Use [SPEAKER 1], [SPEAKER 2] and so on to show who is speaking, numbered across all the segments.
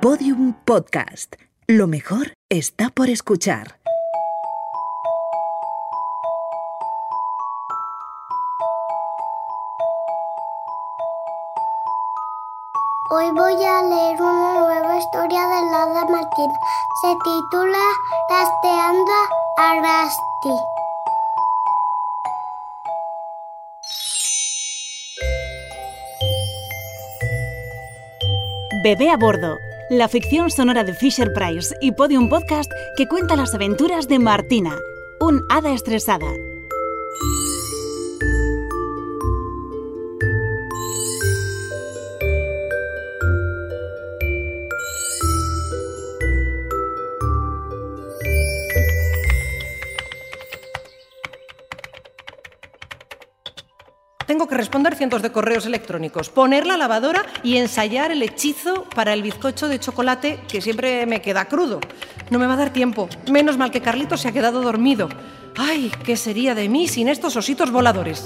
[SPEAKER 1] Podium Podcast. Lo mejor está por escuchar.
[SPEAKER 2] Hoy voy a leer una nueva historia de Lada Martín. Se titula Rasteando a Rasti.
[SPEAKER 3] Bebé a bordo, la ficción sonora de Fisher Price y Podium Podcast que cuenta las aventuras de Martina, un hada estresada.
[SPEAKER 4] Tengo que responder cientos de correos electrónicos, poner la lavadora y ensayar el hechizo para el bizcocho de chocolate que siempre me queda crudo. No me va a dar tiempo. Menos mal que Carlitos se ha quedado dormido. Ay, ¿qué sería de mí sin estos ositos voladores?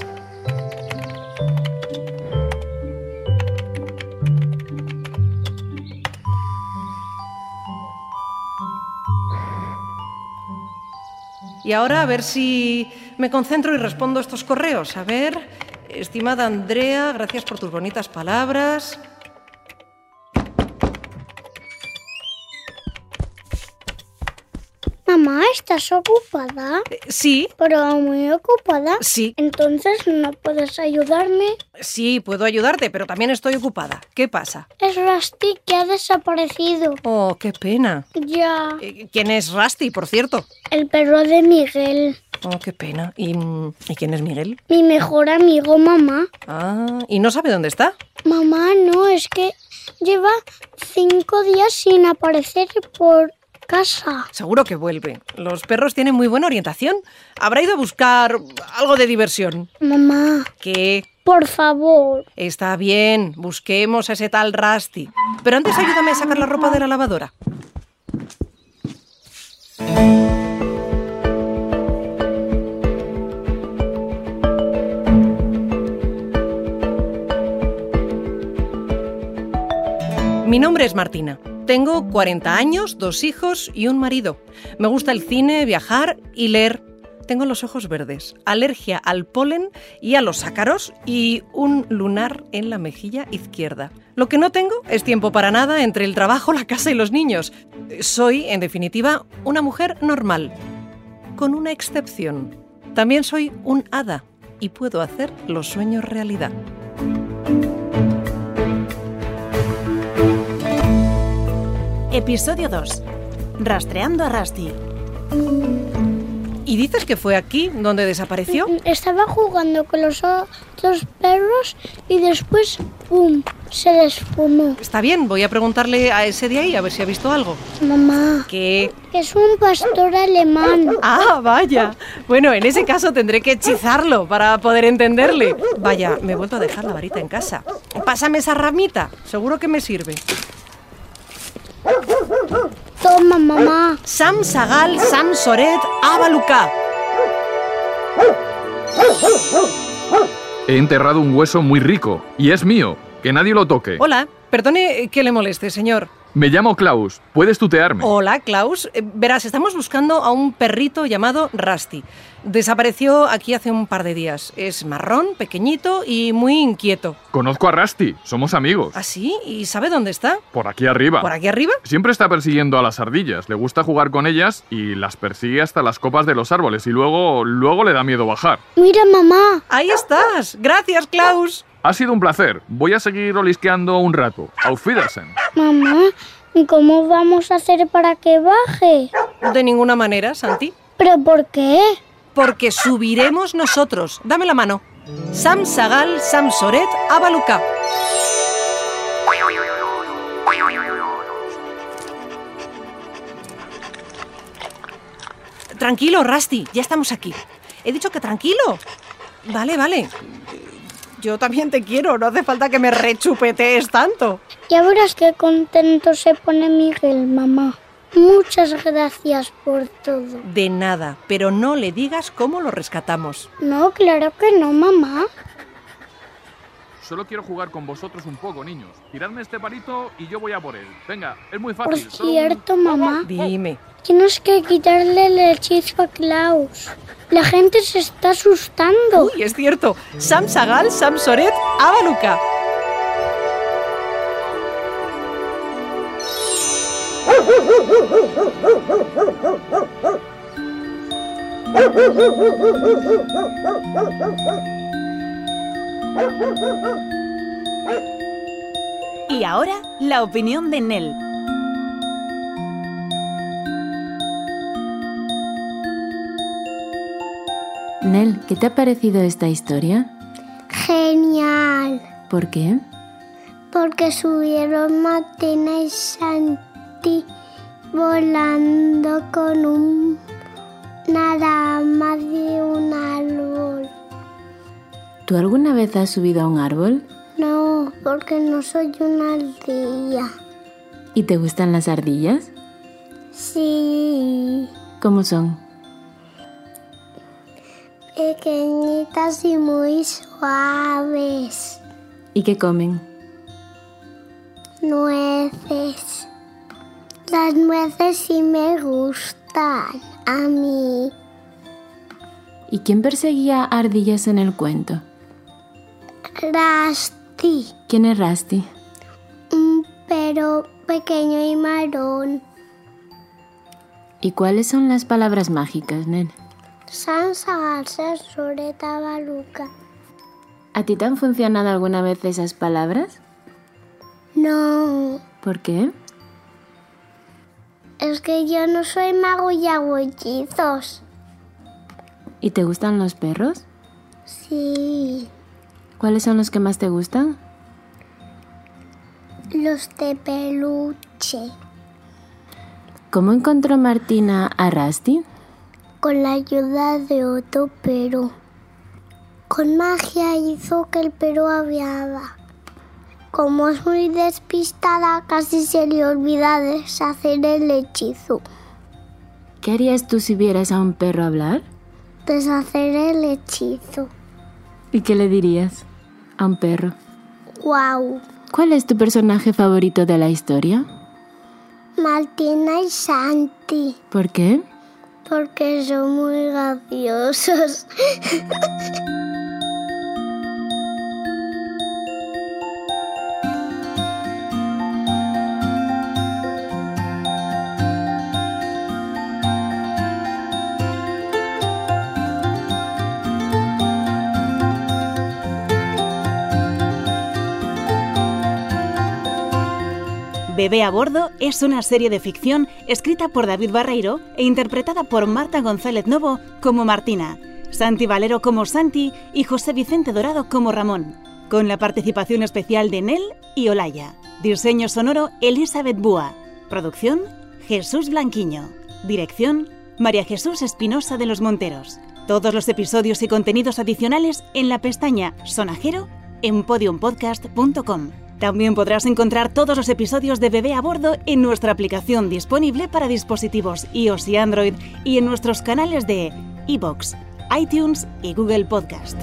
[SPEAKER 4] Y ahora a ver si me concentro y respondo estos correos. A ver, estimada Andrea, gracias por tus bonitas palabras.
[SPEAKER 2] Mamá, ¿estás ocupada?
[SPEAKER 4] Eh, Sí,
[SPEAKER 2] Pero muy ocupada.
[SPEAKER 4] sí,
[SPEAKER 2] Entonces no puedes ayudarme.
[SPEAKER 4] sí, puedo ayudarte, pero también estoy ocupada. ¿Qué pasa?
[SPEAKER 2] Es Rusty que ha desaparecido.
[SPEAKER 4] Oh, qué pena.
[SPEAKER 2] Ya.
[SPEAKER 4] Eh, ¿Quién es Rusty, por cierto?
[SPEAKER 2] El perro de Miguel.
[SPEAKER 4] Oh, qué pena. ¿Y, mm, ¿y quién es Miguel?
[SPEAKER 2] Mi mejor amigo, mamá.
[SPEAKER 4] Ah, ¿y no sabe dónde está?
[SPEAKER 2] Mamá, no, es que lleva cinco días sin aparecer por casa.
[SPEAKER 4] Seguro que vuelve. Los perros tienen muy buena orientación. Habrá ido a buscar algo de diversión.
[SPEAKER 2] Mamá,
[SPEAKER 4] ¿Qué?
[SPEAKER 2] por favor.
[SPEAKER 4] Está bien, busquemos a ese tal Rusty. Pero antes ayúdame a sacar la ropa de la lavadora. Mi nombre es Martina. Tengo 40 años, dos hijos y un marido. Me gusta el cine, viajar y leer. Tengo los ojos verdes, alergia al polen y a los ácaros y un lunar en la mejilla izquierda. Lo que no tengo es tiempo para nada entre el trabajo, la casa y los niños. Soy, en definitiva, una mujer normal, con una excepción. También soy un hada y puedo hacer los sueños realidad.
[SPEAKER 3] Episodio 2. Rastreando a Rusty.
[SPEAKER 4] ¿Y dices que fue aquí donde desapareció?
[SPEAKER 2] Estaba jugando con los otros perros y después, ¡pum!, se desfumó.
[SPEAKER 4] Está bien, voy a preguntarle a ese de ahí a ver si ha visto algo.
[SPEAKER 2] Mamá,
[SPEAKER 4] Que...
[SPEAKER 2] que es un pastor alemán.
[SPEAKER 4] Ah, vaya. Bueno, en ese caso tendré que hechizarlo para poder entenderle. Vaya, me he vuelto a dejar la varita en casa. Pásame esa ramita, seguro que me sirve.
[SPEAKER 2] Toma, mamá.
[SPEAKER 4] Sam Sagal, Sam Soret, Abaluca.
[SPEAKER 5] He enterrado un hueso muy rico y es mío. Que nadie lo toque.
[SPEAKER 4] Hola, perdone que le moleste, señor.
[SPEAKER 5] Me llamo Klaus. Puedes tutearme.
[SPEAKER 4] Hola, Klaus. Eh, Verás, estamos buscando a un perrito llamado Rusty. Desapareció aquí hace un par de días. Es marrón, pequeñito y muy inquieto.
[SPEAKER 5] Conozco a Rusty. Somos amigos.
[SPEAKER 4] ¿Así? ¿Y sabe dónde está?
[SPEAKER 5] Por aquí arriba.
[SPEAKER 4] Ah. ¿Por aquí arriba?
[SPEAKER 5] Siempre está persiguiendo a las ardillas. Le gusta jugar con ellas y las persigue hasta las copas de los árboles y luego, luego le da miedo bajar.
[SPEAKER 2] Mira, mamá.
[SPEAKER 4] Ahí estás. Gracias, Klaus.
[SPEAKER 5] Ha sido un placer. Voy a seguir olisqueando un rato. Auf Wiedersehen.
[SPEAKER 2] Mamá, ¿y ¿cómo vamos a hacer para que baje?
[SPEAKER 4] De ninguna manera, Santi.
[SPEAKER 2] ¿Pero por qué?
[SPEAKER 4] Porque subiremos nosotros. Dame la mano. Sam Sagal, Sam Soret, Abaluca. Tranquilo, Rusty, ya estamos aquí. He dicho que tranquilo. Vale, vale. Yo también te quiero, no hace falta que me rechupetees tanto.
[SPEAKER 2] Ya verás qué contento se pone Miguel, mamá. Muchas gracias por todo.
[SPEAKER 4] De nada, pero no le digas cómo lo rescatamos.
[SPEAKER 2] No, claro que no, mamá.
[SPEAKER 5] Solo quiero jugar con vosotros un poco, niños. Tiradme este palito y yo voy a por él. Venga, es muy fácil.
[SPEAKER 2] Por
[SPEAKER 5] solo un-
[SPEAKER 2] cierto, mamá,
[SPEAKER 4] Dime.
[SPEAKER 2] tienes que quitarle el hechizo a Klaus. La gente se está asustando.
[SPEAKER 4] Uy, es cierto. Sam Sagal, Sam Soret, Abaluca.
[SPEAKER 3] Y ahora, la opinión de Nel.
[SPEAKER 6] Nel, ¿qué te ha parecido esta historia?
[SPEAKER 2] Genial.
[SPEAKER 6] ¿Por qué?
[SPEAKER 2] porque subieron Martina y Santi volando con un, una rama de un árbol.
[SPEAKER 6] ¿Tú alguna vez has subido a un árbol?
[SPEAKER 2] No, porque no soy una ardilla.
[SPEAKER 6] ¿Y te gustan las ardillas?
[SPEAKER 2] Sí,
[SPEAKER 6] ¿Cómo son?
[SPEAKER 2] pequeñitas y muy suaves.
[SPEAKER 6] ¿Y qué comen?
[SPEAKER 2] Nueces. Las nueces sí me gustan a mí.
[SPEAKER 6] ¿Y quién perseguía ardillas en el cuento?
[SPEAKER 2] Rasti.
[SPEAKER 6] ¿Quién es Rusty?
[SPEAKER 2] un mm, pero pequeño y marrón.
[SPEAKER 6] ¿Y cuáles son las palabras mágicas, Nel?
[SPEAKER 2] Sansa Garza Sureta Baluca.
[SPEAKER 6] ¿A ti te han funcionado alguna vez esas palabras?
[SPEAKER 2] No,
[SPEAKER 6] ¿Por qué?
[SPEAKER 2] es que yo no soy mago y hago hechizos.
[SPEAKER 6] ¿Y te gustan los perros?
[SPEAKER 2] Sí,
[SPEAKER 6] ¿Cuáles son los que más te gustan?
[SPEAKER 2] los de peluche.
[SPEAKER 6] ¿Cómo encontró Martina a Rusty?
[SPEAKER 2] Con la ayuda de otro pero. Con magia hizo que el perro hablara. Como es muy despistada, casi se le olvida deshacer el hechizo.
[SPEAKER 6] ¿Qué harías tú si vieras a un perro hablar?
[SPEAKER 2] Deshacer el hechizo.
[SPEAKER 6] ¿Y qué le dirías a un perro?
[SPEAKER 2] ¡Guau!
[SPEAKER 6] ¿Cuál es tu personaje favorito de la historia?
[SPEAKER 2] Martina y Santi,
[SPEAKER 6] ¿Por qué?
[SPEAKER 2] porque son muy graciosos.
[SPEAKER 3] Bebé a bordo es una serie de ficción escrita por David Barreiro e interpretada por Marta González Novo como Martina, Santi Valero como Santi y José Vicente Dorado como Ramón, con la participación especial de Nel y Olaya. Diseño sonoro Elizabeth Búa. Producción Jesús Blanquiño. Dirección María Jesús Espinosa de los Monteros. Todos los episodios y contenidos adicionales en la pestaña Sonajero en podiumpodcast.com. También podrás encontrar todos los episodios de Bebé a Bordo en nuestra aplicación disponible para dispositivos iOS y Android y en nuestros canales de iBox, iTunes y Google Podcast.